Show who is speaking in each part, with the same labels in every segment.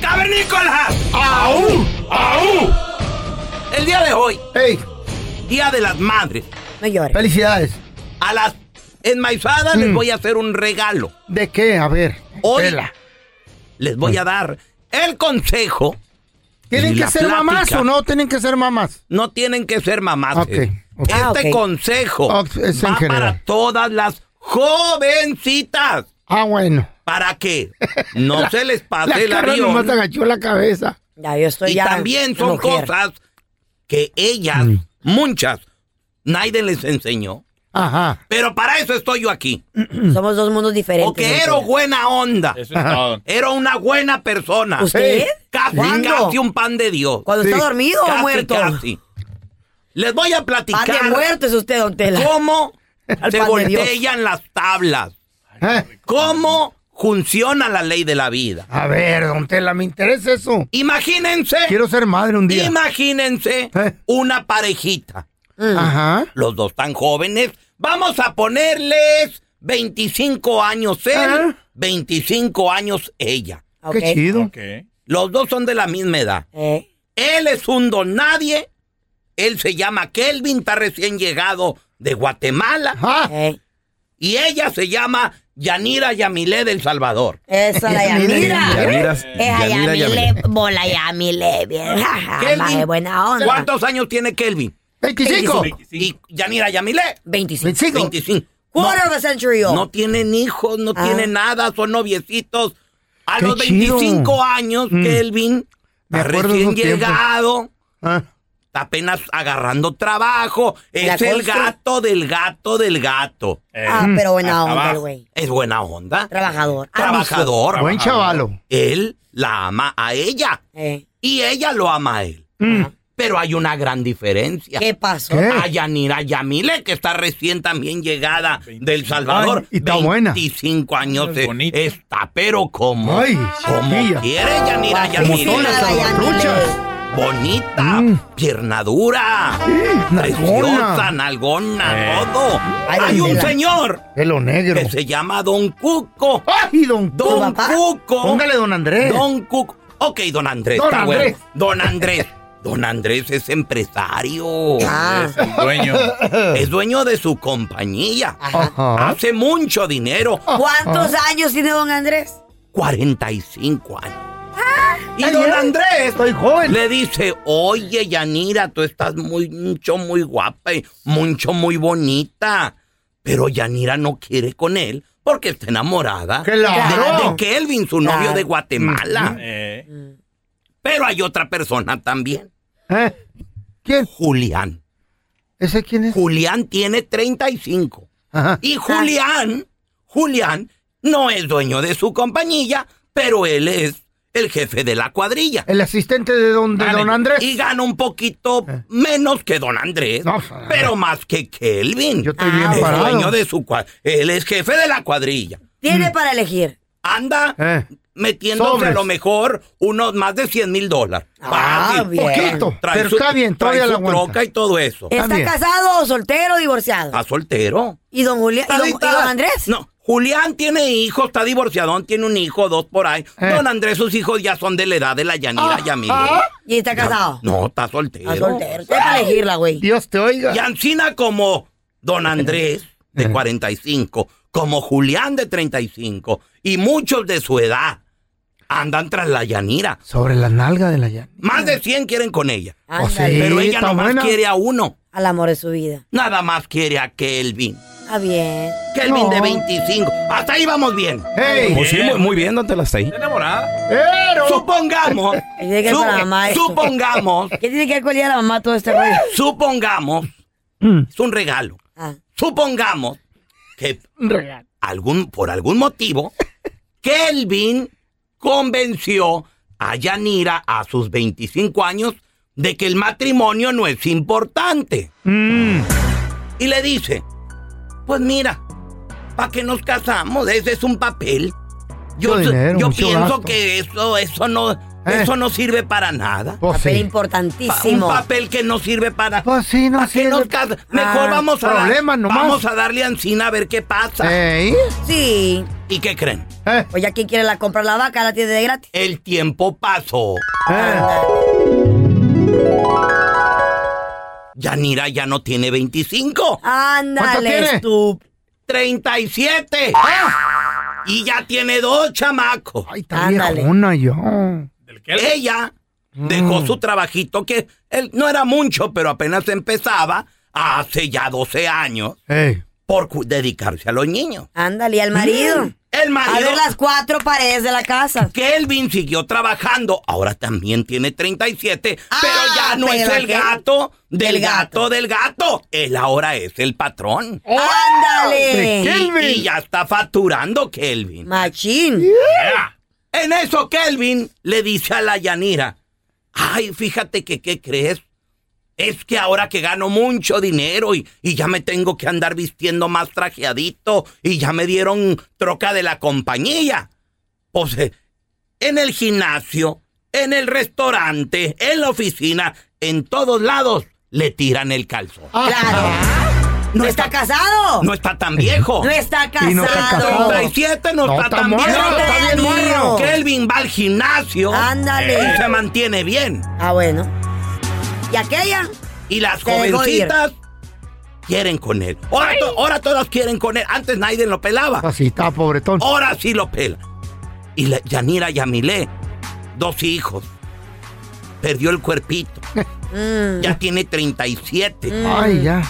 Speaker 1: ¡Cavernícolas! ¡Aú! ¡Aú! El día de hoy.
Speaker 2: ¡Ey!
Speaker 1: Día de las madres.
Speaker 3: No llores.
Speaker 2: Felicidades.
Speaker 1: A las enmaizadas les
Speaker 2: Mm.
Speaker 1: voy a hacer un regalo.
Speaker 2: ¿De qué? A ver.
Speaker 1: Hoy
Speaker 2: Tela.
Speaker 1: les voy a dar el consejo.
Speaker 2: ¿Tienen
Speaker 1: y
Speaker 2: que
Speaker 1: la
Speaker 2: ser mamás
Speaker 1: plática.
Speaker 2: o no tienen que ser mamás?
Speaker 1: No tienen que ser mamás.
Speaker 2: Ok,
Speaker 1: eh.
Speaker 2: ok.
Speaker 1: Este
Speaker 3: Ah, ok.
Speaker 1: consejo
Speaker 2: Ah, es en
Speaker 1: va
Speaker 2: general.
Speaker 1: para todas las jovencitas.
Speaker 2: Ah, bueno.
Speaker 1: Para que no se les
Speaker 2: La
Speaker 1: pase el
Speaker 2: cara
Speaker 1: avión.
Speaker 2: nomás agachó la cabeza.
Speaker 3: Ya, yo estoy
Speaker 1: Y
Speaker 3: ya
Speaker 1: también son
Speaker 3: mujer.
Speaker 1: cosas que ellas,
Speaker 2: Mm.
Speaker 1: muchas, nadie les enseñó.
Speaker 2: Ajá.
Speaker 1: Pero para eso estoy yo aquí.
Speaker 3: Somos dos mundos diferentes.
Speaker 1: Porque
Speaker 3: ¿no?
Speaker 1: era buena onda. Era una buena persona.
Speaker 3: ¿Usted?
Speaker 1: Casi,
Speaker 3: ¿Cuándo?
Speaker 1: casi un pan de Dios.
Speaker 3: ¿Cuando
Speaker 2: Sí.
Speaker 3: está dormido o
Speaker 1: Casi,
Speaker 3: muerto?
Speaker 1: casi. Les voy a
Speaker 3: Pan
Speaker 1: platicar
Speaker 3: de muerto es usted, don Tela.
Speaker 1: cómo
Speaker 3: pan de
Speaker 1: se
Speaker 3: Dios.
Speaker 1: voltean las tablas.
Speaker 2: Eh,
Speaker 1: Cómo funciona la ley de la vida.
Speaker 2: A ver, don Tela, me interesa eso.
Speaker 1: Imagínense,
Speaker 2: Quiero ser madre un día.
Speaker 1: imagínense
Speaker 2: Eh. Mm.
Speaker 1: una parejita.
Speaker 2: Ajá.
Speaker 1: los dos tan jóvenes, vamos a ponerles 25 años él,
Speaker 2: Ah.
Speaker 1: 25 años ella.
Speaker 3: Ok.
Speaker 2: Qué chido.
Speaker 1: Los dos son de la misma edad.
Speaker 3: Eh,
Speaker 1: Él es un don nadie, él se llama Kelvin, está recién llegado de Guatemala,
Speaker 2: Ajá.
Speaker 3: eh.
Speaker 1: y ella se llama Yanira Yamilé del Salvador.
Speaker 3: Eso, la Eh, Yamira.
Speaker 2: Yanira,
Speaker 3: Esa
Speaker 4: Yanira,
Speaker 3: Yamile, bola Yamile, bien. Más de buena onda.
Speaker 1: ¿Cuántos años tiene Kelvin?
Speaker 2: 25.
Speaker 1: Y Yanira Yamilé,
Speaker 3: 25.
Speaker 2: 25.
Speaker 1: 25.
Speaker 3: Quarter of a century old.
Speaker 1: No tienen hijos, no
Speaker 3: Ah.
Speaker 1: tienen nada, son noviecitos. A
Speaker 2: Qué
Speaker 1: los
Speaker 2: chido.
Speaker 1: 25 años, Kelvin,
Speaker 2: Me
Speaker 1: está
Speaker 2: acuerdo de
Speaker 1: recién
Speaker 2: esos tiempos.
Speaker 1: llegado,
Speaker 2: Ah,
Speaker 1: está apenas agarrando trabajo,
Speaker 3: La
Speaker 1: es el
Speaker 3: costra.
Speaker 1: gato del gato del gato.
Speaker 3: Ah, pero buena onda, el güey.
Speaker 1: Es buena onda.
Speaker 3: Trabajador.
Speaker 1: Trabajador.
Speaker 2: Buen chavalo.
Speaker 1: Él la ama a ella
Speaker 3: Eh,
Speaker 1: y ella lo ama a él. Pero hay una gran diferencia.
Speaker 3: ¿Qué pasó?
Speaker 2: Mm. ¿Qué?
Speaker 1: A Yanira Yamile, que está recién también llegada del Salvador.
Speaker 2: Ay, y está buena.
Speaker 1: 25 años es- está, pero como,
Speaker 2: Ay,
Speaker 1: como
Speaker 2: chiquilla.
Speaker 1: quiere Yanira Yamile.
Speaker 2: todas las
Speaker 3: la Yamile.
Speaker 2: salvatruchas. Mm.
Speaker 1: Bonita, pierna dura, preciosa,
Speaker 2: Nalgona.
Speaker 1: nalgona, todo.
Speaker 2: Ay,
Speaker 1: Hay un
Speaker 2: Daniela.
Speaker 1: señor
Speaker 2: Pelo negro.
Speaker 1: que se llama Don Cuco.
Speaker 2: Ay, don
Speaker 1: Don
Speaker 3: papá?
Speaker 1: Cuco.
Speaker 2: Póngale don Andrés.
Speaker 1: Don Cuco. Ok, don Andrés.
Speaker 2: Don
Speaker 1: está bueno.
Speaker 2: Andrés.
Speaker 1: Don Andrés. Don Andrés es empresario.
Speaker 2: Ah.
Speaker 1: Es el dueño. Es dueño de su compañía.
Speaker 3: Ajá.
Speaker 1: Hace mucho dinero.
Speaker 3: ¿Cuántos años tiene don Andrés?
Speaker 1: 45 años. Y
Speaker 2: está
Speaker 1: don
Speaker 2: bien.
Speaker 1: Andrés
Speaker 2: Estoy joven.
Speaker 1: ¿Ah? le dice, oye, Yanira, tú estás muy- mucho, muy guapa y mucho, muy bonita. Pero Yanira no quiere con él porque está enamorada de,
Speaker 2: Claro.
Speaker 1: de Kelvin, su novio
Speaker 3: Claro.
Speaker 1: de Guatemala.
Speaker 5: Eh,
Speaker 1: Pero hay otra persona también,
Speaker 2: ¿Eh? ¿Quién?
Speaker 1: Julián.
Speaker 2: ¿Ese quién es?
Speaker 1: Julián tiene 35.
Speaker 2: Ajá.
Speaker 1: Y Julián, Julián no es dueño de su compañía, pero él es el jefe de la cuadrilla.
Speaker 2: El asistente de don, de don Andrés. Eh.
Speaker 1: Y gana un poquito menos que don Andrés,
Speaker 2: No, pues,
Speaker 1: pero más que Kelvin.
Speaker 2: Yo estoy bien
Speaker 1: es
Speaker 2: parado.
Speaker 1: dueño de su cua- Él es jefe de la cuadrilla.
Speaker 3: Tiene para elegir.
Speaker 1: Mm. Anda
Speaker 2: Eh.
Speaker 1: metiéndose
Speaker 2: Sobres.
Speaker 1: a lo mejor unos más de 100 mil dólares.
Speaker 3: Ah,
Speaker 1: Fácil.
Speaker 3: bien.
Speaker 2: Poquito, pero está bien,
Speaker 1: trae
Speaker 2: todavía
Speaker 1: su
Speaker 2: la aguanta.
Speaker 1: troca y todo eso.
Speaker 2: Está
Speaker 3: ¿Está
Speaker 2: bien.
Speaker 3: casado, soltero, divorciado?
Speaker 1: ¿Está soltero?
Speaker 3: ¿Y don Julián? ¿Y don, y don Andrés?
Speaker 1: No, Julián tiene hijos, está divorciadón, tiene un hijo, dos por ahí.
Speaker 2: Eh. Ah.
Speaker 1: Don Andrés, sus hijos ya son de la edad de la Yanira y a mí.
Speaker 3: Ah. ¿Y está casado?
Speaker 1: No, está soltero.
Speaker 3: Ah, soltero. Tiene para elegirla, güey.
Speaker 2: Dios te oiga.
Speaker 1: Y Ancina como Don Andrés,
Speaker 2: Eh.
Speaker 1: de 45, como Julián, de 35, y muchos de su edad andan tras la Yanira.
Speaker 2: Sobre la nalga de la llana.
Speaker 1: Más de 100 quieren con ella.
Speaker 3: Ándale.
Speaker 2: Ah, sí.
Speaker 1: Pero ella
Speaker 2: está
Speaker 1: nomás
Speaker 2: buena.
Speaker 1: quiere a uno.
Speaker 3: Al amor de su vida.
Speaker 1: Nada más quiere a Kelvin.
Speaker 3: Ah, bien.
Speaker 1: Kelvin de
Speaker 2: No.
Speaker 1: 25.
Speaker 2: Ah,
Speaker 1: Hasta ahí vamos bien.
Speaker 2: ¡Hey!
Speaker 5: Pues sí, muy, muy bien, Dante, hasta ahí.
Speaker 1: ¿Está Eh. enamorada?
Speaker 2: ¡Pero!
Speaker 1: Supongamos.
Speaker 3: Y llega
Speaker 1: su-
Speaker 3: para la madre.
Speaker 1: supongamos.
Speaker 3: ¿Qué tiene que ver con el día de la mamá todo este rollo?
Speaker 1: Supongamos.
Speaker 2: Mm.
Speaker 1: Es un regalo.
Speaker 3: Ah,
Speaker 1: Supongamos que
Speaker 2: Real.
Speaker 1: algún, por algún motivo, Kelvin convenció a Yanira a sus 25 años de que el matrimonio no es importante.
Speaker 2: Mm.
Speaker 1: Y le dice, pues mira, ¿para qué nos casamos? Ese es un papel. Yo,
Speaker 2: Mucho dinero,
Speaker 1: yo
Speaker 2: mucho
Speaker 1: pienso
Speaker 2: gasto.
Speaker 1: que eso, eso, no, eso no sirve para nada.
Speaker 2: Pues
Speaker 3: papel
Speaker 2: sí.
Speaker 1: Pa- un
Speaker 3: importantísimo.
Speaker 1: papel que no sirve para...
Speaker 2: Pues sí, no
Speaker 1: ¿Para qué
Speaker 2: sirve.
Speaker 1: nos casamos? Mejor
Speaker 3: Ah,
Speaker 1: vamos, a dar-
Speaker 2: problema nomás. ¿Eh?
Speaker 1: vamos a darle a Encina a ver qué pasa.
Speaker 2: Ey.
Speaker 3: Sí.
Speaker 1: ¿Y qué creen?
Speaker 2: Eh.
Speaker 3: Pues ya quien quiere la compra la vaca, la tiene de gratis.
Speaker 1: El tiempo pasó.
Speaker 2: Eh.
Speaker 1: Yanira ya no tiene 25,
Speaker 2: ¿Cuánto
Speaker 3: Ándale,
Speaker 2: tiene?
Speaker 3: estúpido.
Speaker 1: 37. Y ya tiene dos chamacos.
Speaker 2: Ah. Ay, está
Speaker 3: Ándale.
Speaker 2: viejona yo.
Speaker 1: Ella
Speaker 2: Mm.
Speaker 1: dejó su trabajito que él no era mucho, pero apenas empezaba hace ya 12 años
Speaker 2: Ey.
Speaker 1: por cu- dedicarse a los niños.
Speaker 3: Ándale, y al marido.
Speaker 1: El
Speaker 3: A
Speaker 1: marido
Speaker 3: ver las cuatro paredes de la casa.
Speaker 1: Kelvin siguió trabajando, ahora también tiene 37,
Speaker 3: Ah,
Speaker 1: pero ya no
Speaker 3: pero
Speaker 1: es el
Speaker 3: aquel-
Speaker 1: gato del
Speaker 3: del gato.
Speaker 1: gato del gato. Él ahora es el patrón.
Speaker 2: Oh. ¿De
Speaker 3: ¡Ándale!
Speaker 2: qué? Kelvin.
Speaker 1: Y ya está facturando Kelvin.
Speaker 3: Machín.
Speaker 1: En eso Kelvin le dice a la Yanira, ay, fíjate que, ¿qué crees? Es que ahora que gano mucho dinero y, y ya me tengo que andar vistiendo más trajeadito y ya me dieron troca de la compañía. Pues eh, en el gimnasio, en el restaurante, en la oficina, en todos lados le tiran el calzón.
Speaker 3: Claro.
Speaker 2: Ah.
Speaker 3: ¿No está casado?
Speaker 1: No está tan viejo.
Speaker 3: Oh. No está casado.
Speaker 2: Y no está casado.
Speaker 1: 37 no,
Speaker 2: No,
Speaker 1: está
Speaker 2: está
Speaker 1: tan
Speaker 2: morro,
Speaker 1: viejo.
Speaker 2: está
Speaker 3: bien morro.
Speaker 1: Kelvin va al gimnasio.
Speaker 3: Ándale.
Speaker 1: Y se mantiene bien.
Speaker 3: Ah, bueno. ¿Y aquella?
Speaker 1: Y las
Speaker 3: Se dejó ir.
Speaker 1: jovencitas quieren con él. Ahora, to- ahora todas quieren con él. Antes nadie lo pelaba.
Speaker 2: Así está, pobretón.
Speaker 1: Ahora sí lo pela. Y la Yanira Yamilé, dos hijos. Perdió el cuerpito.
Speaker 3: Mm,
Speaker 1: Ya tiene 37.
Speaker 2: Ay, ya.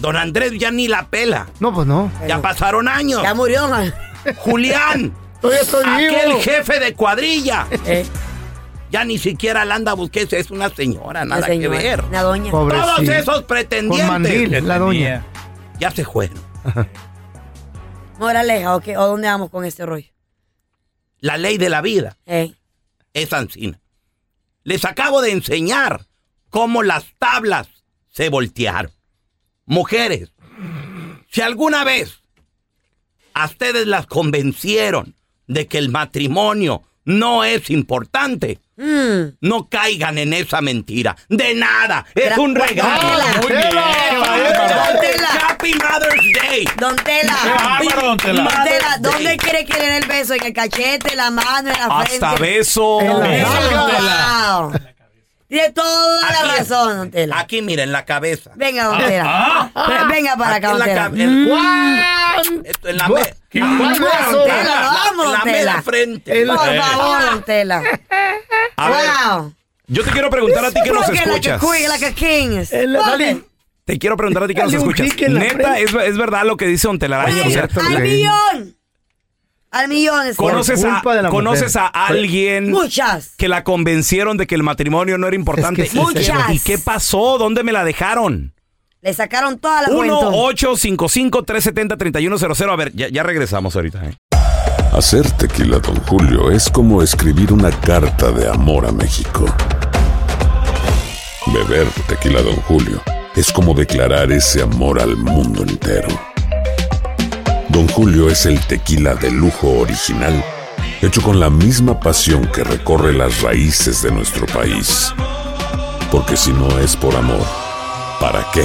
Speaker 1: Don Andrés ya ni la pela.
Speaker 2: No, pues no.
Speaker 1: Ya pasaron años.
Speaker 3: ya murió, man.
Speaker 1: Julián.
Speaker 2: Todavía estoy
Speaker 1: Aquel
Speaker 2: vivo.
Speaker 1: jefe de cuadrilla.
Speaker 3: Eh,
Speaker 1: Ya ni siquiera la anda busqué, es una señora,
Speaker 3: la
Speaker 1: nada que
Speaker 3: señora,
Speaker 1: ver.
Speaker 3: La doña.
Speaker 2: Pobrecito.
Speaker 1: Todos esos
Speaker 2: Con
Speaker 1: pretendientes
Speaker 2: mandil, la doña.
Speaker 1: ya se fueron.
Speaker 3: Moraleja, ¿o qué? ¿O dónde vamos con este rollo?
Speaker 1: La ley de la vida
Speaker 3: Eh,
Speaker 1: es ancina. Les acabo de enseñar cómo las tablas se voltearon. Mujeres, si alguna vez a ustedes las convencieron de que el matrimonio no es importante. No caigan en esa mentira. De nada. Es un regalo.
Speaker 3: Muy bien.
Speaker 1: Happy Mother's Day.
Speaker 3: Don Tela.
Speaker 1: Qué bárbaro, don Tela.
Speaker 3: Don Tela, ¿dónde
Speaker 1: Madre.
Speaker 3: quiere que le dé el beso? ¿En el cachete, la mano, en la frente?
Speaker 5: Hasta beso.
Speaker 3: Wow. Tiene toda la razón, don Tela.
Speaker 1: Aquí, mira, en la cabeza.
Speaker 3: Venga, don Tela. Ve- Venga para acá,
Speaker 1: Ah,
Speaker 3: don
Speaker 1: Aquí en la
Speaker 3: Tela.
Speaker 1: cab- el-
Speaker 3: Mm.
Speaker 1: Esto en la me-
Speaker 2: ¿Qué?
Speaker 1: Ah,
Speaker 2: ¿Cuál
Speaker 1: la-
Speaker 2: beso?
Speaker 1: la- la-
Speaker 3: Vamos,
Speaker 1: la
Speaker 3: Tela.
Speaker 1: mera frente.
Speaker 2: El-
Speaker 3: Por favor, don Tela.
Speaker 5: A ver,
Speaker 3: Wow.
Speaker 5: yo te quiero preguntar a ti que nos
Speaker 3: Porque la que
Speaker 5: escuchas.
Speaker 3: cuida, la que kings.
Speaker 2: El- dale.
Speaker 5: Te quiero preguntar a ti que nos
Speaker 2: Dale un
Speaker 5: escuchas.
Speaker 2: clic en la
Speaker 5: Neta,
Speaker 2: frente.
Speaker 5: es, es verdad lo que dice Don Telaraño.
Speaker 3: Güey,
Speaker 5: o sea,
Speaker 3: al millón. Al millón. es
Speaker 5: ¿Conoces, a,
Speaker 2: culpa de la
Speaker 5: conoces a
Speaker 2: mujer.
Speaker 3: cierto.
Speaker 5: alguien
Speaker 3: Muchas.
Speaker 5: que la convencieron de que el matrimonio no era importante?
Speaker 2: Es que sí,
Speaker 3: Muchas.
Speaker 5: ¿Y qué pasó? ¿Dónde me la dejaron?
Speaker 3: Le sacaron toda la juventud.
Speaker 5: 1-855-370-3100. A ver, ya, ya regresamos ahorita. ¿eh?
Speaker 6: Hacer tequila, Don Julio, es como escribir una carta de amor a México. Beber tequila, Don Julio, es como declarar ese amor al mundo entero. Don Julio es el tequila de lujo original, hecho con la misma pasión que recorre las raíces de nuestro país. Porque si no es por amor, ¿para qué?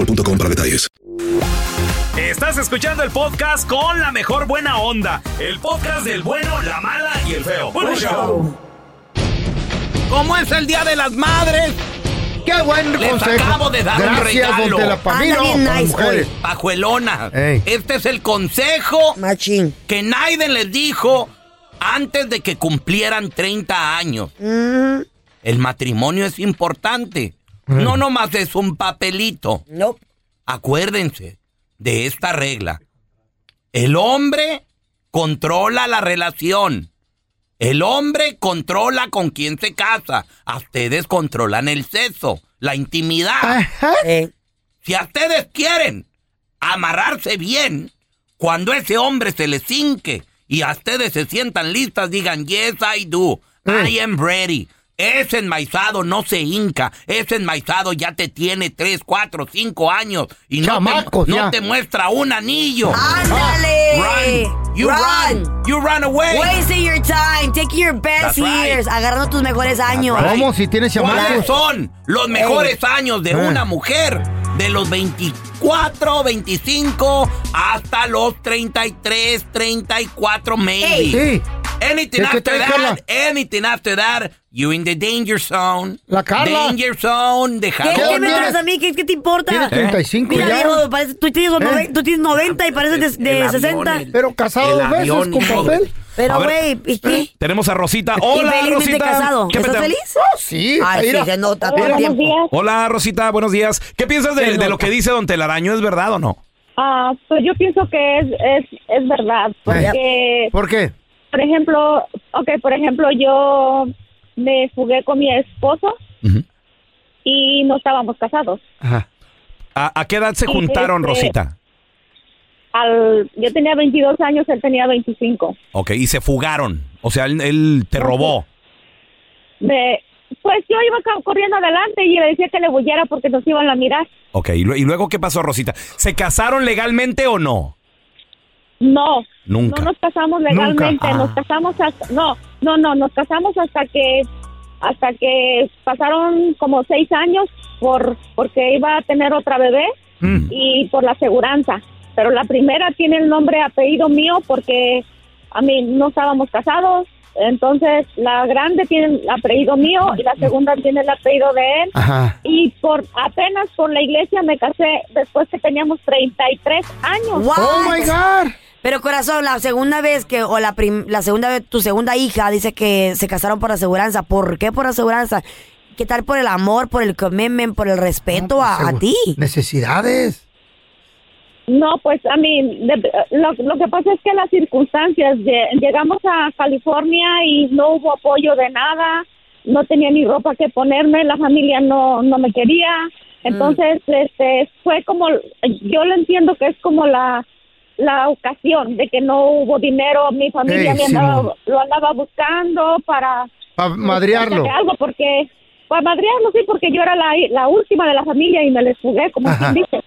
Speaker 7: para detalles.
Speaker 5: Estás escuchando el podcast con la mejor buena onda. El podcast del bueno, la mala y el feo. Bueno, show.
Speaker 1: Como es el Día de las Madres,
Speaker 2: Qué buen
Speaker 1: Les
Speaker 2: consejo.
Speaker 1: acabo de dar un
Speaker 2: Gracias, don
Speaker 1: regalo.
Speaker 2: Tela. Para mí
Speaker 3: Anda
Speaker 2: no,
Speaker 3: bien
Speaker 2: para
Speaker 3: nice
Speaker 2: mujeres.
Speaker 3: hoy.
Speaker 1: pajuelona,
Speaker 2: Ey.
Speaker 1: este es el consejo
Speaker 3: Machín.
Speaker 1: que Naiden les dijo antes de que cumplieran 30 años.
Speaker 3: Mm,
Speaker 1: El matrimonio es importante. No nomás es un papelito.
Speaker 3: no.
Speaker 1: Acuérdense de esta regla. El hombre controla la relación. El hombre controla con quién se casa. A ustedes controlan el sexo, la intimidad.
Speaker 3: Eh,
Speaker 1: Si a ustedes quieren amarrarse bien, cuando ese hombre se les hinque y a ustedes se sientan listas, digan, yes, I do.
Speaker 2: Mm.
Speaker 1: I am ready. Ese enmaizado no se hinca. Ese enmaizado ya te tiene 3, 4, 5 años y no,
Speaker 2: Chamacos,
Speaker 1: te, no
Speaker 2: ya.
Speaker 1: te muestra un anillo. Ah,
Speaker 3: Ándale.
Speaker 1: Uh, Run. You run. You run away.
Speaker 3: Wasting your time. Take your best
Speaker 1: That's right.
Speaker 3: years. Agarrando tus mejores años.
Speaker 1: right.
Speaker 2: ¿Cómo? Si tienes Eh.
Speaker 1: ¿Cuáles
Speaker 2: chamacos.
Speaker 1: son los mejores años de una mujer? De los 24, 25 hasta los 33, 34 maybe.
Speaker 3: Ey.
Speaker 2: Sí.
Speaker 1: Anything
Speaker 2: ¿Qué- qué
Speaker 1: after
Speaker 2: trae, Carla?
Speaker 1: that, anything after that, you in the danger zone.
Speaker 2: La Carla.
Speaker 1: Danger zone,
Speaker 3: ¿Qué,
Speaker 1: dejado.
Speaker 3: ¿Qué me
Speaker 2: ¿Dónde?
Speaker 3: traes a mí? ¿Qué, qué te importa?
Speaker 2: Tienes 35
Speaker 3: Mira,
Speaker 2: ya.
Speaker 3: viejo, parece- tú, tienes nove-
Speaker 2: Eh.
Speaker 3: tú tienes 90 y pareces de, de
Speaker 1: ¿Eh? El avión,
Speaker 3: 60.
Speaker 1: el-
Speaker 2: Pero casado
Speaker 1: El
Speaker 2: dos
Speaker 1: avión,
Speaker 2: veces
Speaker 1: hijo.
Speaker 2: con papel.
Speaker 3: Pero,
Speaker 5: A ver.
Speaker 3: güey, ¿y qué?
Speaker 5: Tenemos a Rosita. Hola,
Speaker 3: Infelizmente
Speaker 5: Rosita.
Speaker 3: casado.
Speaker 5: ¿Qué
Speaker 3: ¿Estás
Speaker 5: peta-
Speaker 3: feliz?
Speaker 2: Oh, sí.
Speaker 3: Ay, sí,
Speaker 2: mira.
Speaker 3: se nota todo el tiempo.
Speaker 5: Hola, Rosita, buenos días. ¿Qué piensas de, de lo que dice Don Telaraño? ¿Es verdad o no?
Speaker 8: Ah, pues yo pienso que es, es, es verdad, porque,
Speaker 2: Ah, ¿Por qué?
Speaker 8: por ejemplo, ok, por ejemplo, yo me fugué con mi esposo y no estábamos casados.
Speaker 2: Ajá.
Speaker 5: ¿A, a qué edad se
Speaker 8: Sí,
Speaker 5: juntaron,
Speaker 8: este-
Speaker 5: Rosita?
Speaker 8: Al, yo tenía 22 años, él tenía 25.
Speaker 5: Ok, y se fugaron. O sea, él, él te robó.
Speaker 8: Me- pues yo iba ca- corriendo adelante y le decía que le huyera porque nos iban a mirar.
Speaker 5: Ok, y, lue- y luego qué pasó, Rosita? ¿Se casaron legalmente o no?
Speaker 8: No,
Speaker 5: Nunca.
Speaker 8: no nos casamos legalmente,
Speaker 2: Nunca. Ah.
Speaker 8: nos casamos hasta, no, no, no, nos casamos hasta que, hasta que pasaron como seis años por, porque iba a tener otra bebé
Speaker 5: Mm.
Speaker 8: y por la aseguranza. Pero la primera tiene el nombre apellido mío porque a mí no estábamos casados. Entonces, la grande tiene el apellido mío y la segunda tiene el apellido de él.
Speaker 2: Ajá.
Speaker 8: Y por apenas por la iglesia me casé después que teníamos 33 años.
Speaker 5: Oh
Speaker 3: Pero corazón, la segunda vez que, o la, prim- la segunda vez, tu segunda hija dice que se casaron por aseguranza. ¿Por qué por aseguranza? ¿Qué tal por el amor, por el commitment, por el respeto
Speaker 2: Ah, pues,
Speaker 3: a, a ti?
Speaker 2: Necesidades.
Speaker 8: No, pues a mí, de- lo, lo que pasa es que las circunstancias, lle- llegamos a California y no hubo apoyo de nada, no tenía ni ropa que ponerme, la familia no, no me quería, entonces este fue como, yo lo entiendo que es como la, la ocasión de que no hubo dinero, mi familia
Speaker 2: Ey,
Speaker 8: me andaba-
Speaker 2: Simón.
Speaker 8: lo andaba buscando para
Speaker 2: Pa' madrearlo.
Speaker 8: para algo porque, para madrearlo sí, porque yo era la, la última de la familia y me les jugué, como
Speaker 2: Ajá.
Speaker 8: quien dice.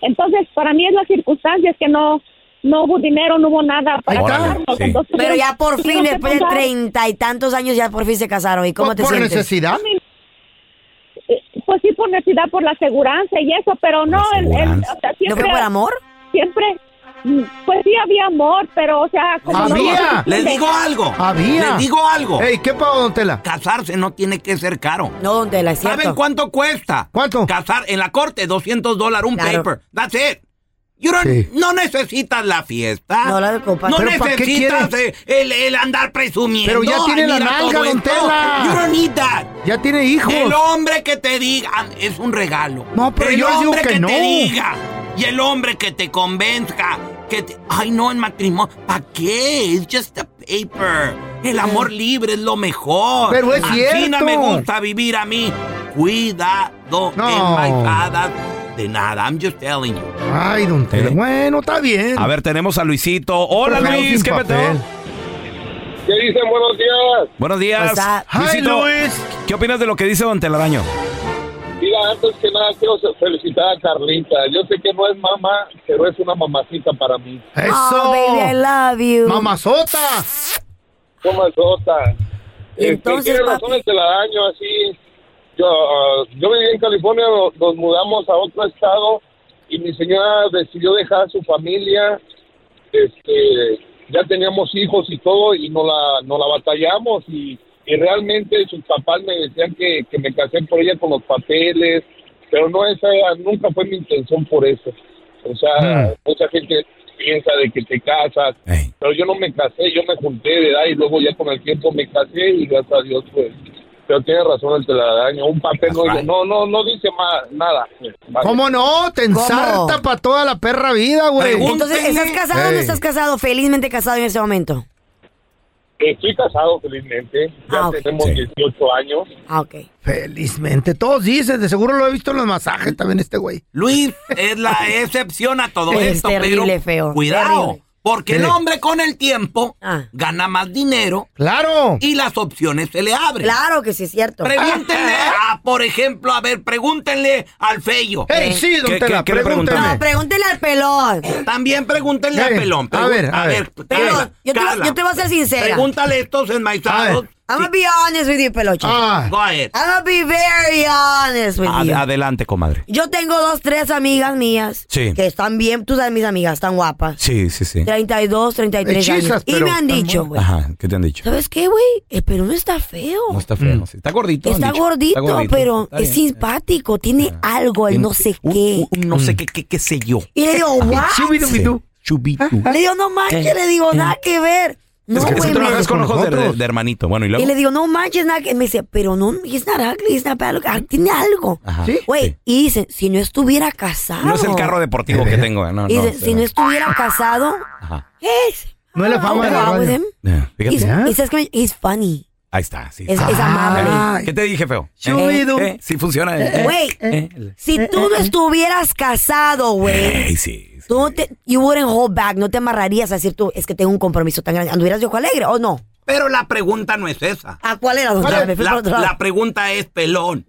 Speaker 8: Entonces, para mí es las circunstancias que no no hubo dinero, no hubo nada para
Speaker 2: está.
Speaker 8: casarnos.
Speaker 2: Sí.
Speaker 8: Entonces,
Speaker 3: Pero ya por fin,
Speaker 8: tuvieron que
Speaker 3: después de
Speaker 8: pensar,
Speaker 3: treinta y tantos años, ya por fin se casaron. ¿Y cómo te
Speaker 2: ¿Por
Speaker 3: sientes?
Speaker 2: necesidad?
Speaker 8: Pues sí, por necesidad, por la aseguranza y eso, pero no. el- el-
Speaker 2: aseguranza.
Speaker 8: o sea, siempre-
Speaker 3: fue por amor?
Speaker 8: Siempre. mm, Pues sí, había amor, pero, o sea. como no-
Speaker 2: Había.
Speaker 1: Les digo algo.
Speaker 2: Había.
Speaker 1: Les digo algo.
Speaker 2: Ey, ¿qué pago, don Tela?
Speaker 1: Casarse no tiene que ser caro.
Speaker 3: No, don Tela, es
Speaker 1: ¿Saben cuánto cuesta?
Speaker 2: ¿Cuánto?
Speaker 1: Casar en la corte, 200 dólares, un
Speaker 3: Claro.
Speaker 1: paper. That's it. You don't-
Speaker 2: Sí.
Speaker 1: No necesitas la fiesta.
Speaker 3: No la ocupas.
Speaker 1: No
Speaker 2: Pero ¿para qué
Speaker 1: necesitas eh, el, el andar presumiendo.
Speaker 2: Pero ya tiene
Speaker 1: Ay,
Speaker 2: la
Speaker 1: mira
Speaker 2: nalga,
Speaker 1: todo
Speaker 2: don
Speaker 1: esto.
Speaker 2: Tela.
Speaker 1: You don't need that.
Speaker 2: Ya tiene hijos.
Speaker 1: El hombre que te diga ah, es un regalo.
Speaker 2: No, pero
Speaker 1: el
Speaker 2: yo les digo
Speaker 1: hombre
Speaker 2: que no.
Speaker 1: te diga y el hombre que te convenzca que te- ay no el matrimonio, ¿para qué? It's just a paper. El amor libre es lo mejor.
Speaker 2: Eh. Pero es
Speaker 1: Así no
Speaker 2: cierto.
Speaker 1: me gusta vivir a mí. Cuidado,
Speaker 2: No.
Speaker 1: embajadas de nada. I'm just telling you.
Speaker 2: Ay, don Tela. Bueno, está bien.
Speaker 5: Eh. A ver, tenemos a Luisito. Hola
Speaker 2: Pero
Speaker 5: Luis,
Speaker 2: sin
Speaker 5: ¿qué
Speaker 2: papel.
Speaker 5: peteo?
Speaker 9: ¿Qué dicen? Buenos días.
Speaker 5: Buenos días.
Speaker 3: Pues,
Speaker 9: What's
Speaker 3: ah,
Speaker 9: up?
Speaker 2: Hi, Luis.
Speaker 5: ¿Qué opinas de lo que dice Don Telaraño?
Speaker 9: Mira, antes que nada quiero felicitar a Carlita. Yo sé que no es mamá, pero es una mamacita para mí.
Speaker 3: Oh, baby, I love you.
Speaker 2: ¡Mamazota!
Speaker 9: Mamazota.
Speaker 3: Y
Speaker 9: Este,
Speaker 3: entonces,
Speaker 9: tiene
Speaker 3: papi.
Speaker 9: razones de la daño así. Yo, ah, yo viví en California, nos, nos mudamos a otro estado y mi señora decidió dejar a su familia. Este, ya teníamos hijos y todo y nos la, nos la batallamos y, y realmente sus papás me decían que, que me casé por ella con los papeles, pero no esa nunca fue mi intención por eso. O sea, mucha gente piensa de que te casas, pero yo no me casé, yo me junté de edad y luego ya con el tiempo me casé y gracias a Dios pues. Pero tiene razón el telaraño, un papel no, dice- no, no, no dice más, nada. Vale.
Speaker 2: ¿Cómo no? Te ensarta para toda la perra vida, güey.
Speaker 3: Entonces, ¿estás casado o no
Speaker 2: Ey.
Speaker 3: estás casado? Felizmente casado en ese momento.
Speaker 9: Estoy casado felizmente, ya
Speaker 2: Ah,
Speaker 9: tenemos 18 años.
Speaker 3: Ah, ok.
Speaker 2: Felizmente. Todos dicen, de seguro lo he visto en los masajes también este güey.
Speaker 1: Luis es la excepción a todo
Speaker 2: Es
Speaker 1: esto,
Speaker 2: terrible,
Speaker 1: pero
Speaker 2: feo,
Speaker 1: cuidado,
Speaker 2: terrible.
Speaker 1: porque el
Speaker 2: Sí.
Speaker 1: hombre con el tiempo
Speaker 3: Ah.
Speaker 1: gana más dinero.
Speaker 2: Claro.
Speaker 1: Y las opciones se le abren.
Speaker 3: Claro que sí, es cierto.
Speaker 1: Pregúntenle a, por ejemplo, a ver, pregúntenle al Fello.
Speaker 2: Ey, sí, don ¿Qué- Tela, qué- qué le pregúntame?
Speaker 3: No, pregúntele al pelón.
Speaker 1: También pregúntenle al
Speaker 3: Ey,
Speaker 1: pelón.
Speaker 3: a ver, a ver. Pelón,
Speaker 1: Carla,
Speaker 3: yo te voy-
Speaker 1: Carla,
Speaker 3: yo te voy a ser sincera.
Speaker 1: Pregúntale a estos enmaizados.
Speaker 3: I'm gonna be honest with you, peloche.
Speaker 1: Ah. Go ahead.
Speaker 3: I'm gonna be very honest with you.
Speaker 5: adelante, comadre.
Speaker 3: Yo tengo dos, tres amigas mías
Speaker 5: Sí.
Speaker 3: que están bien, tú sabes, mis amigas, están guapas.
Speaker 5: Sí, sí, sí.
Speaker 3: 32, 33 años. Y me han dicho, güey.
Speaker 5: Ajá, ¿qué te han dicho?
Speaker 3: ¿Sabes qué, güey? El pelón está feo.
Speaker 5: No está
Speaker 2: Mm.
Speaker 5: feo. sí. Está gordito. han
Speaker 3: Está
Speaker 5: dicho.
Speaker 3: gordito, pero
Speaker 5: Está
Speaker 3: es
Speaker 5: bien.
Speaker 3: simpático, tiene algo, el
Speaker 5: Tiene
Speaker 3: no sé qué.
Speaker 5: No sé qué, qué, qué sé yo.
Speaker 3: Mm. Y le digo, ¿what?
Speaker 5: Chubidubidú. Chubidú.
Speaker 3: Le digo, no
Speaker 1: Eh,
Speaker 3: manches, le digo, nada que ver. No,
Speaker 5: Es que
Speaker 3: güey,
Speaker 5: tú
Speaker 3: me
Speaker 5: trabajas
Speaker 3: dijo,
Speaker 5: con ojos de, de- de hermanito. Bueno, y luego.
Speaker 3: Y le digo, no manches, nada que... Me dice, pero no, es not ugly, it's not bad, look, ah, tiene algo.
Speaker 5: Ajá, ¿Sí?
Speaker 3: Güey, y dicen, si no estuviera casado...
Speaker 5: No es el carro deportivo que tengo. eh, No, no.
Speaker 3: y dicen, si no estuviera casado...
Speaker 5: Ajá.
Speaker 3: es-
Speaker 2: No es la fama de la
Speaker 3: Ah, with
Speaker 2: radio.
Speaker 3: him.
Speaker 5: Eh, fíjate.
Speaker 3: He's- he's just gonna- he's funny.
Speaker 5: Ahí está, sí.
Speaker 3: Es-
Speaker 2: Ah,
Speaker 3: es amable.
Speaker 5: Eh, ¿Qué te dije, feo?
Speaker 3: Chubidú.
Speaker 5: Eh, eh, sí funciona. eh, eh,
Speaker 3: Güey,
Speaker 5: eh.
Speaker 3: si tú no estuvieras casado, güey...
Speaker 5: Ey, sí.
Speaker 3: Tú no te, you wouldn't hold back, no te amarrarías a decir tú, es que tengo un compromiso tan grande. ¿Anduvieras de ojo alegre o no?
Speaker 1: Pero la pregunta no es esa.
Speaker 3: ¿A cuál era? don
Speaker 1: La,
Speaker 3: Tela? Me fui
Speaker 1: la-
Speaker 3: por otro lado.
Speaker 1: la pregunta es, pelón,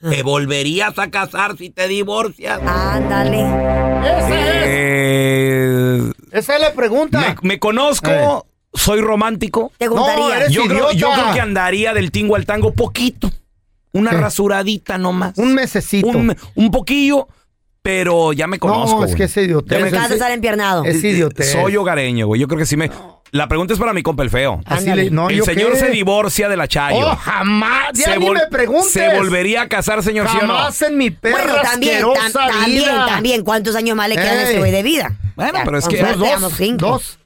Speaker 3: Ah.
Speaker 1: ¿te volverías a casar si te divorcias?
Speaker 3: Ándale.
Speaker 5: Eh,
Speaker 2: Esa es la pregunta.
Speaker 5: me, me conozco, soy romántico.
Speaker 3: Te
Speaker 2: gustaría. No, eres
Speaker 5: yo, creo,
Speaker 2: idiota.
Speaker 5: yo creo que andaría del tingo al tango poquito. Una
Speaker 2: Sí.
Speaker 5: rasuradita nomás.
Speaker 2: Un mesecito.
Speaker 5: Un, un poquillo. pero ya me conozco.
Speaker 2: es
Speaker 5: güey.
Speaker 2: que es idiotez.
Speaker 5: Ya me-
Speaker 3: Me acabas de estar empiernado.
Speaker 2: Es idiotez.
Speaker 5: Soy hogareño, güey. Yo creo que sí me. La pregunta es para mi compa el feo.
Speaker 2: Así le- no,
Speaker 5: el
Speaker 2: ¿yo
Speaker 5: señor
Speaker 2: qué?
Speaker 5: se divorcia de la Chayo.
Speaker 2: ¡Oh, jamás! Ya ni
Speaker 5: vol-
Speaker 2: me preguntes.
Speaker 5: ¿Se volvería a casar, señor, sí o no?
Speaker 2: Jamás en mi perra
Speaker 3: Bueno, también, tam-
Speaker 2: asquerosa
Speaker 3: también,
Speaker 2: vida.
Speaker 3: también. ¿Cuántos años más le quedan a
Speaker 2: Ey.
Speaker 3: ese güey de vida?
Speaker 5: Bueno,
Speaker 3: Ya,
Speaker 5: pero es
Speaker 3: con
Speaker 5: que-
Speaker 3: suerte,
Speaker 2: Dos,
Speaker 3: vamos, cinco.
Speaker 2: dos.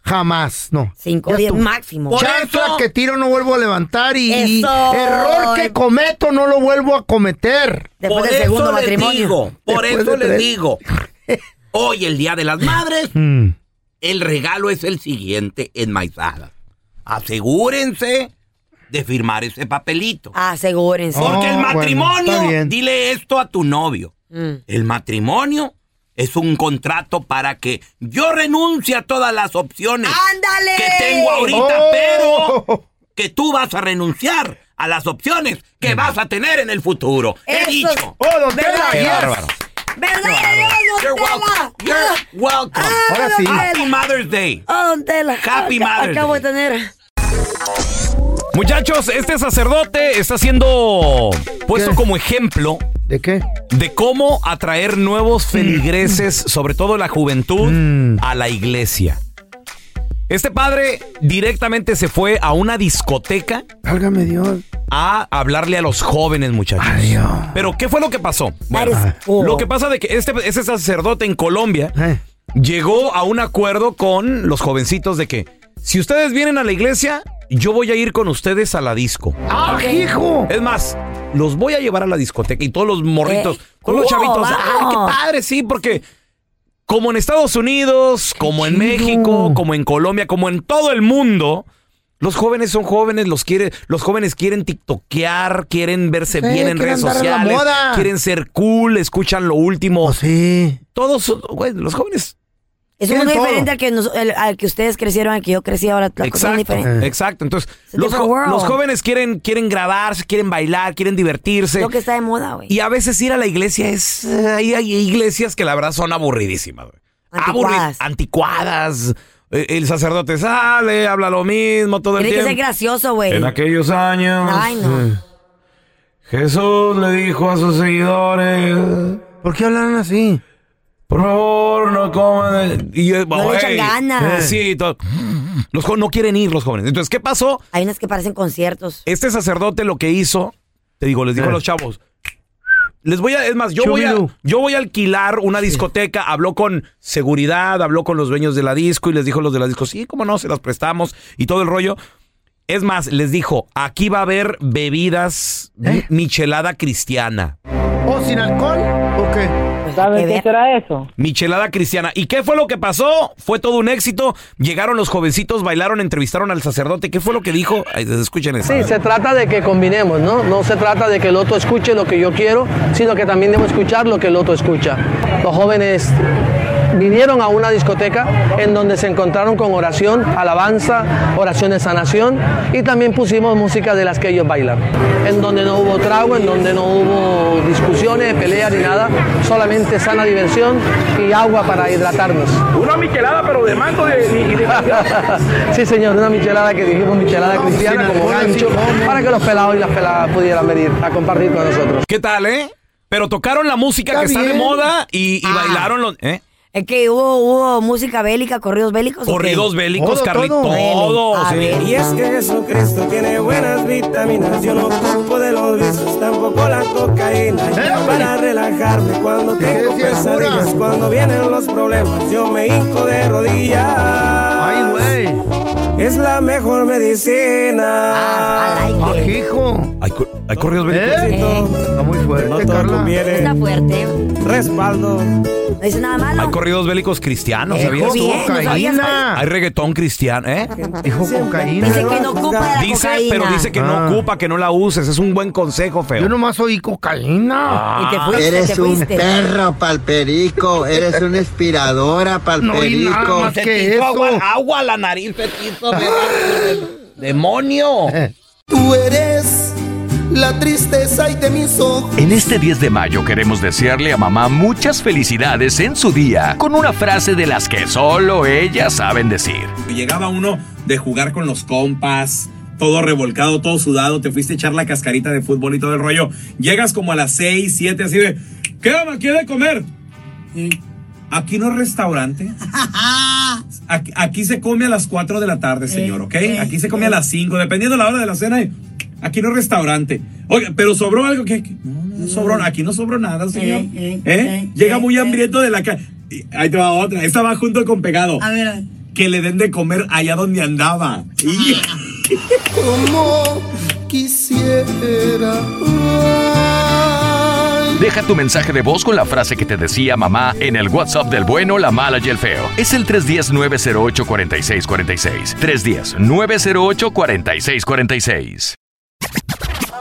Speaker 2: Jamás, no.
Speaker 3: Cinco,
Speaker 2: Ya
Speaker 3: diez
Speaker 2: estuvo.
Speaker 3: máximo.
Speaker 2: Por Chancla
Speaker 3: eso-
Speaker 2: que tiro no vuelvo a levantar y, y
Speaker 3: Eso.
Speaker 2: error que cometo no lo vuelvo a cometer.
Speaker 3: Después
Speaker 1: por
Speaker 3: del
Speaker 1: eso
Speaker 3: segundo
Speaker 1: les
Speaker 3: matrimonio.
Speaker 1: digo, por
Speaker 2: Después
Speaker 1: eso
Speaker 2: de
Speaker 1: les
Speaker 2: tres.
Speaker 1: digo. Hoy, el Día de las Madres,
Speaker 2: Mm.
Speaker 1: el regalo es el siguiente en Maizadas. Asegúrense de firmar ese papelito.
Speaker 3: Asegúrense.
Speaker 1: Porque el
Speaker 2: bueno,
Speaker 1: matrimonio,
Speaker 2: está bien.
Speaker 1: dile esto a tu novio.
Speaker 3: Mm.
Speaker 1: El matrimonio es un contrato para que yo renuncie a todas las opciones
Speaker 3: ¡Ándale!
Speaker 1: que tengo ahorita,
Speaker 2: Oh.
Speaker 1: pero que tú vas a renunciar a las opciones que vas a tener en el futuro.
Speaker 3: Eso-
Speaker 1: He dicho.
Speaker 2: ¡Oh, don Tela,
Speaker 3: ¿Verdad?
Speaker 2: yes!
Speaker 3: ¿Verdad? Dios,
Speaker 1: You're
Speaker 3: don
Speaker 1: welcome.
Speaker 3: Tela?
Speaker 1: You're welcome.
Speaker 3: Ah,
Speaker 2: Ahora
Speaker 3: don
Speaker 2: sí.
Speaker 3: Tela.
Speaker 1: Happy Mother's Day.
Speaker 3: Ah, don Tela.
Speaker 1: Happy
Speaker 3: Ac-
Speaker 1: Mother's
Speaker 3: Acabo de
Speaker 1: Day.
Speaker 3: tener.
Speaker 5: Muchachos, este sacerdote está siendo puesto
Speaker 2: ¿Qué?
Speaker 5: como ejemplo
Speaker 2: ¿De qué?
Speaker 5: de cómo atraer nuevos feligreses, sobre todo la juventud,
Speaker 2: Mm.
Speaker 5: a la iglesia. Este padre directamente se fue a una discoteca
Speaker 2: Válgame Dios.
Speaker 5: a hablarle a los jóvenes, muchachos.
Speaker 2: Ay, Dios.
Speaker 5: Pero, ¿qué fue lo que pasó? Bueno,
Speaker 3: That is cool.
Speaker 5: lo que pasa de que este, ese sacerdote en Colombia
Speaker 2: Eh.
Speaker 5: llegó a un acuerdo con los jovencitos de que si ustedes vienen a la iglesia, yo voy a ir con ustedes a la disco.
Speaker 2: ¡Ah, hijo!
Speaker 5: Es más, los voy a llevar a la discoteca y todos los morritos,
Speaker 3: Eh,
Speaker 5: todos
Speaker 3: wow,
Speaker 5: los chavitos. ¡Ay, qué
Speaker 3: vamos.
Speaker 5: padre! Sí, porque como en Estados Unidos, como en
Speaker 2: chido.
Speaker 5: México, como en Colombia, como en todo el mundo. Los jóvenes son jóvenes, los quiere, los jóvenes quieren tiktokear, quieren verse
Speaker 2: Sí,
Speaker 5: bien en
Speaker 2: quieren
Speaker 5: redes
Speaker 2: andar en la
Speaker 5: sociales,
Speaker 2: moda.
Speaker 5: quieren ser cool, escuchan lo último.
Speaker 2: Oh, sí.
Speaker 5: Todos, son- güey, los jóvenes
Speaker 3: Es un
Speaker 2: Tienen
Speaker 3: mundo
Speaker 2: todo.
Speaker 3: diferente al que, nos- el- al que ustedes crecieron, al que yo crecí ahora. La cosa es diferente.
Speaker 2: diferente.
Speaker 5: Exacto. Entonces,
Speaker 3: It's a
Speaker 5: los,
Speaker 3: different
Speaker 5: jo-
Speaker 3: world.
Speaker 5: los jóvenes quieren, quieren grabarse, quieren bailar, quieren divertirse.
Speaker 3: Lo que está de moda, güey.
Speaker 5: Y a veces ir a la iglesia es. eh, Hay, hay iglesias que la verdad son aburridísimas, güey.
Speaker 3: Anticuadas.
Speaker 5: anticuadas. Eh, El sacerdote sale, habla lo mismo todo el
Speaker 3: Tiene que
Speaker 5: tiempo.
Speaker 3: ser gracioso, güey.
Speaker 5: en aquellos años, eh,
Speaker 3: Ay, no.
Speaker 5: Jesús le dijo a sus seguidores:
Speaker 2: ¿Por qué hablan así?
Speaker 5: Por favor, no coman. Y yo,
Speaker 3: No le echan
Speaker 5: "Ey".
Speaker 3: ganas.
Speaker 5: Eh, Sí, todo. Los jóvenes no quieren ir, los jóvenes. Entonces, ¿qué pasó?
Speaker 3: Hay unas que parecen conciertos.
Speaker 5: Este sacerdote lo que hizo, te digo, les dijo a los chavos. Les voy a, es más, yo voy a,
Speaker 2: Chubilu.
Speaker 5: yo voy a alquilar una discoteca. Habló con seguridad, habló con los dueños de la disco y les dijo a los de la disco, sí, cómo no, se las prestamos y todo el rollo. Es más, les dijo, aquí va a haber bebidas mi-
Speaker 2: ¿Eh?
Speaker 5: michelada cristiana.
Speaker 2: ¿O sin alcohol? ¿O qué?
Speaker 3: Pues, hay
Speaker 10: ¿Sabes
Speaker 3: que
Speaker 10: qué
Speaker 3: ver.
Speaker 10: será eso?
Speaker 5: Michelada cristiana. ¿Y qué fue lo que pasó? Fue todo un éxito. Llegaron los jovencitos, bailaron, entrevistaron al sacerdote. ¿Qué fue lo que dijo? Ay, Escuchen eso.
Speaker 11: Sí, se trata de que combinemos, ¿no? No se trata de que el otro escuche lo que yo quiero, sino que también debo escuchar lo que el otro escucha. Los jóvenes vinieron a una discoteca en donde se encontraron con oración, alabanza, oración de sanación y también pusimos música de las que ellos bailan. En donde no hubo trago, en donde no hubo discusiones, peleas ni nada, solamente sana diversión y agua para hidratarnos. Sí, señor, una michelada que dijimos michelada cristiana
Speaker 2: sin
Speaker 11: como
Speaker 2: alcohol,
Speaker 11: gancho
Speaker 2: sin cómo.
Speaker 11: para que los pelados y las peladas pudieran venir a compartir con nosotros.
Speaker 5: ¿Qué tal, eh? Pero tocaron la música
Speaker 2: Está
Speaker 5: que está de
Speaker 2: bien.
Speaker 5: moda y,
Speaker 3: Ah.
Speaker 5: y bailaron los. ¿eh?
Speaker 3: Es que hubo, hubo música bélica, corridos bélicos. ¿o qué?
Speaker 5: Corridos bélicos,
Speaker 2: Todo,
Speaker 5: Carlitos.
Speaker 2: todo.
Speaker 5: Todo.
Speaker 3: A
Speaker 5: sí.
Speaker 3: ver.
Speaker 12: Y es que Jesucristo tiene buenas vitaminas. Yo no ocupo de los vicios, tampoco la cocaína.
Speaker 2: ¡Eh,
Speaker 12: Yo
Speaker 2: hombre!
Speaker 12: para relajarme cuando tengo
Speaker 2: decía el cura?
Speaker 12: pesadillas, cuando vienen los problemas, yo me hinco de rodillas.
Speaker 2: ¡Ay, güey!
Speaker 12: Es la mejor medicina.
Speaker 3: Ah, I
Speaker 2: ¡Ah,
Speaker 3: like it.
Speaker 2: hijo!
Speaker 5: Hay, cor- hay corridos bélicos.
Speaker 2: ¿Eh? Está muy
Speaker 12: No
Speaker 2: fuerte,
Speaker 12: todo
Speaker 2: Carla.
Speaker 3: Está
Speaker 12: conviene.
Speaker 3: fuerte. No
Speaker 12: Respaldo.
Speaker 3: dice nada
Speaker 5: Hay
Speaker 3: malo.
Speaker 5: corridos bélicos cristianos,
Speaker 3: Eh,
Speaker 5: ¿sabías?
Speaker 3: joven.
Speaker 5: tú?
Speaker 3: Bien, no sabías,
Speaker 2: ¡Cocaína!
Speaker 5: Hay reggaetón cristiano, ¿eh?
Speaker 2: Dijo
Speaker 3: Dice
Speaker 2: cocaína.
Speaker 3: que no ocupa de la
Speaker 5: Dice,
Speaker 3: cocaína.
Speaker 5: pero dice que no
Speaker 2: Ah.
Speaker 5: ocupa, que no la uses. Es un buen consejo, feo.
Speaker 2: Yo nomás oí cocaína.
Speaker 3: Ah. Y te fuiste, te fuiste.
Speaker 11: palperico, eres una inspiradora,
Speaker 2: No oí nada más que eso.
Speaker 5: agua a la nariz, petito. ¡Demonio!
Speaker 2: Eh.
Speaker 12: Tú eres la tristeza y de mis ojos.
Speaker 13: En este 10 de mayo queremos desearle a mamá muchas felicidades en su día con una frase de las que solo ellas saben decir.
Speaker 11: Llegaba uno de jugar con los compas, todo revolcado, todo sudado, te fuiste a echar la cascarita de fútbol y todo el rollo. Llegas como a las 6, 7, así de, ¿qué onda? ¿Quieres comer?
Speaker 14: Aquí no es restaurante. Aquí, aquí se come a las 4 de la tarde, señor, ¿ok? Aquí se come a las 5, dependiendo de la hora de la cena. y- Aquí no es restaurante. Oiga, pero sobró algo que... que- No, no sobró, aquí no sobró nada, señor.
Speaker 15: eh,
Speaker 14: ¿Eh? Llega muy hambriento de la calle. Ahí te va otra. Esta va junto con pegado. A ver. Que le den de comer allá donde andaba. Y-
Speaker 12: Como quisiera. ay,
Speaker 13: Deja tu mensaje de voz con la frase que te decía mamá en el WhatsApp del bueno, la mala y el feo. Es el 310-908-4646. 310-908-4646.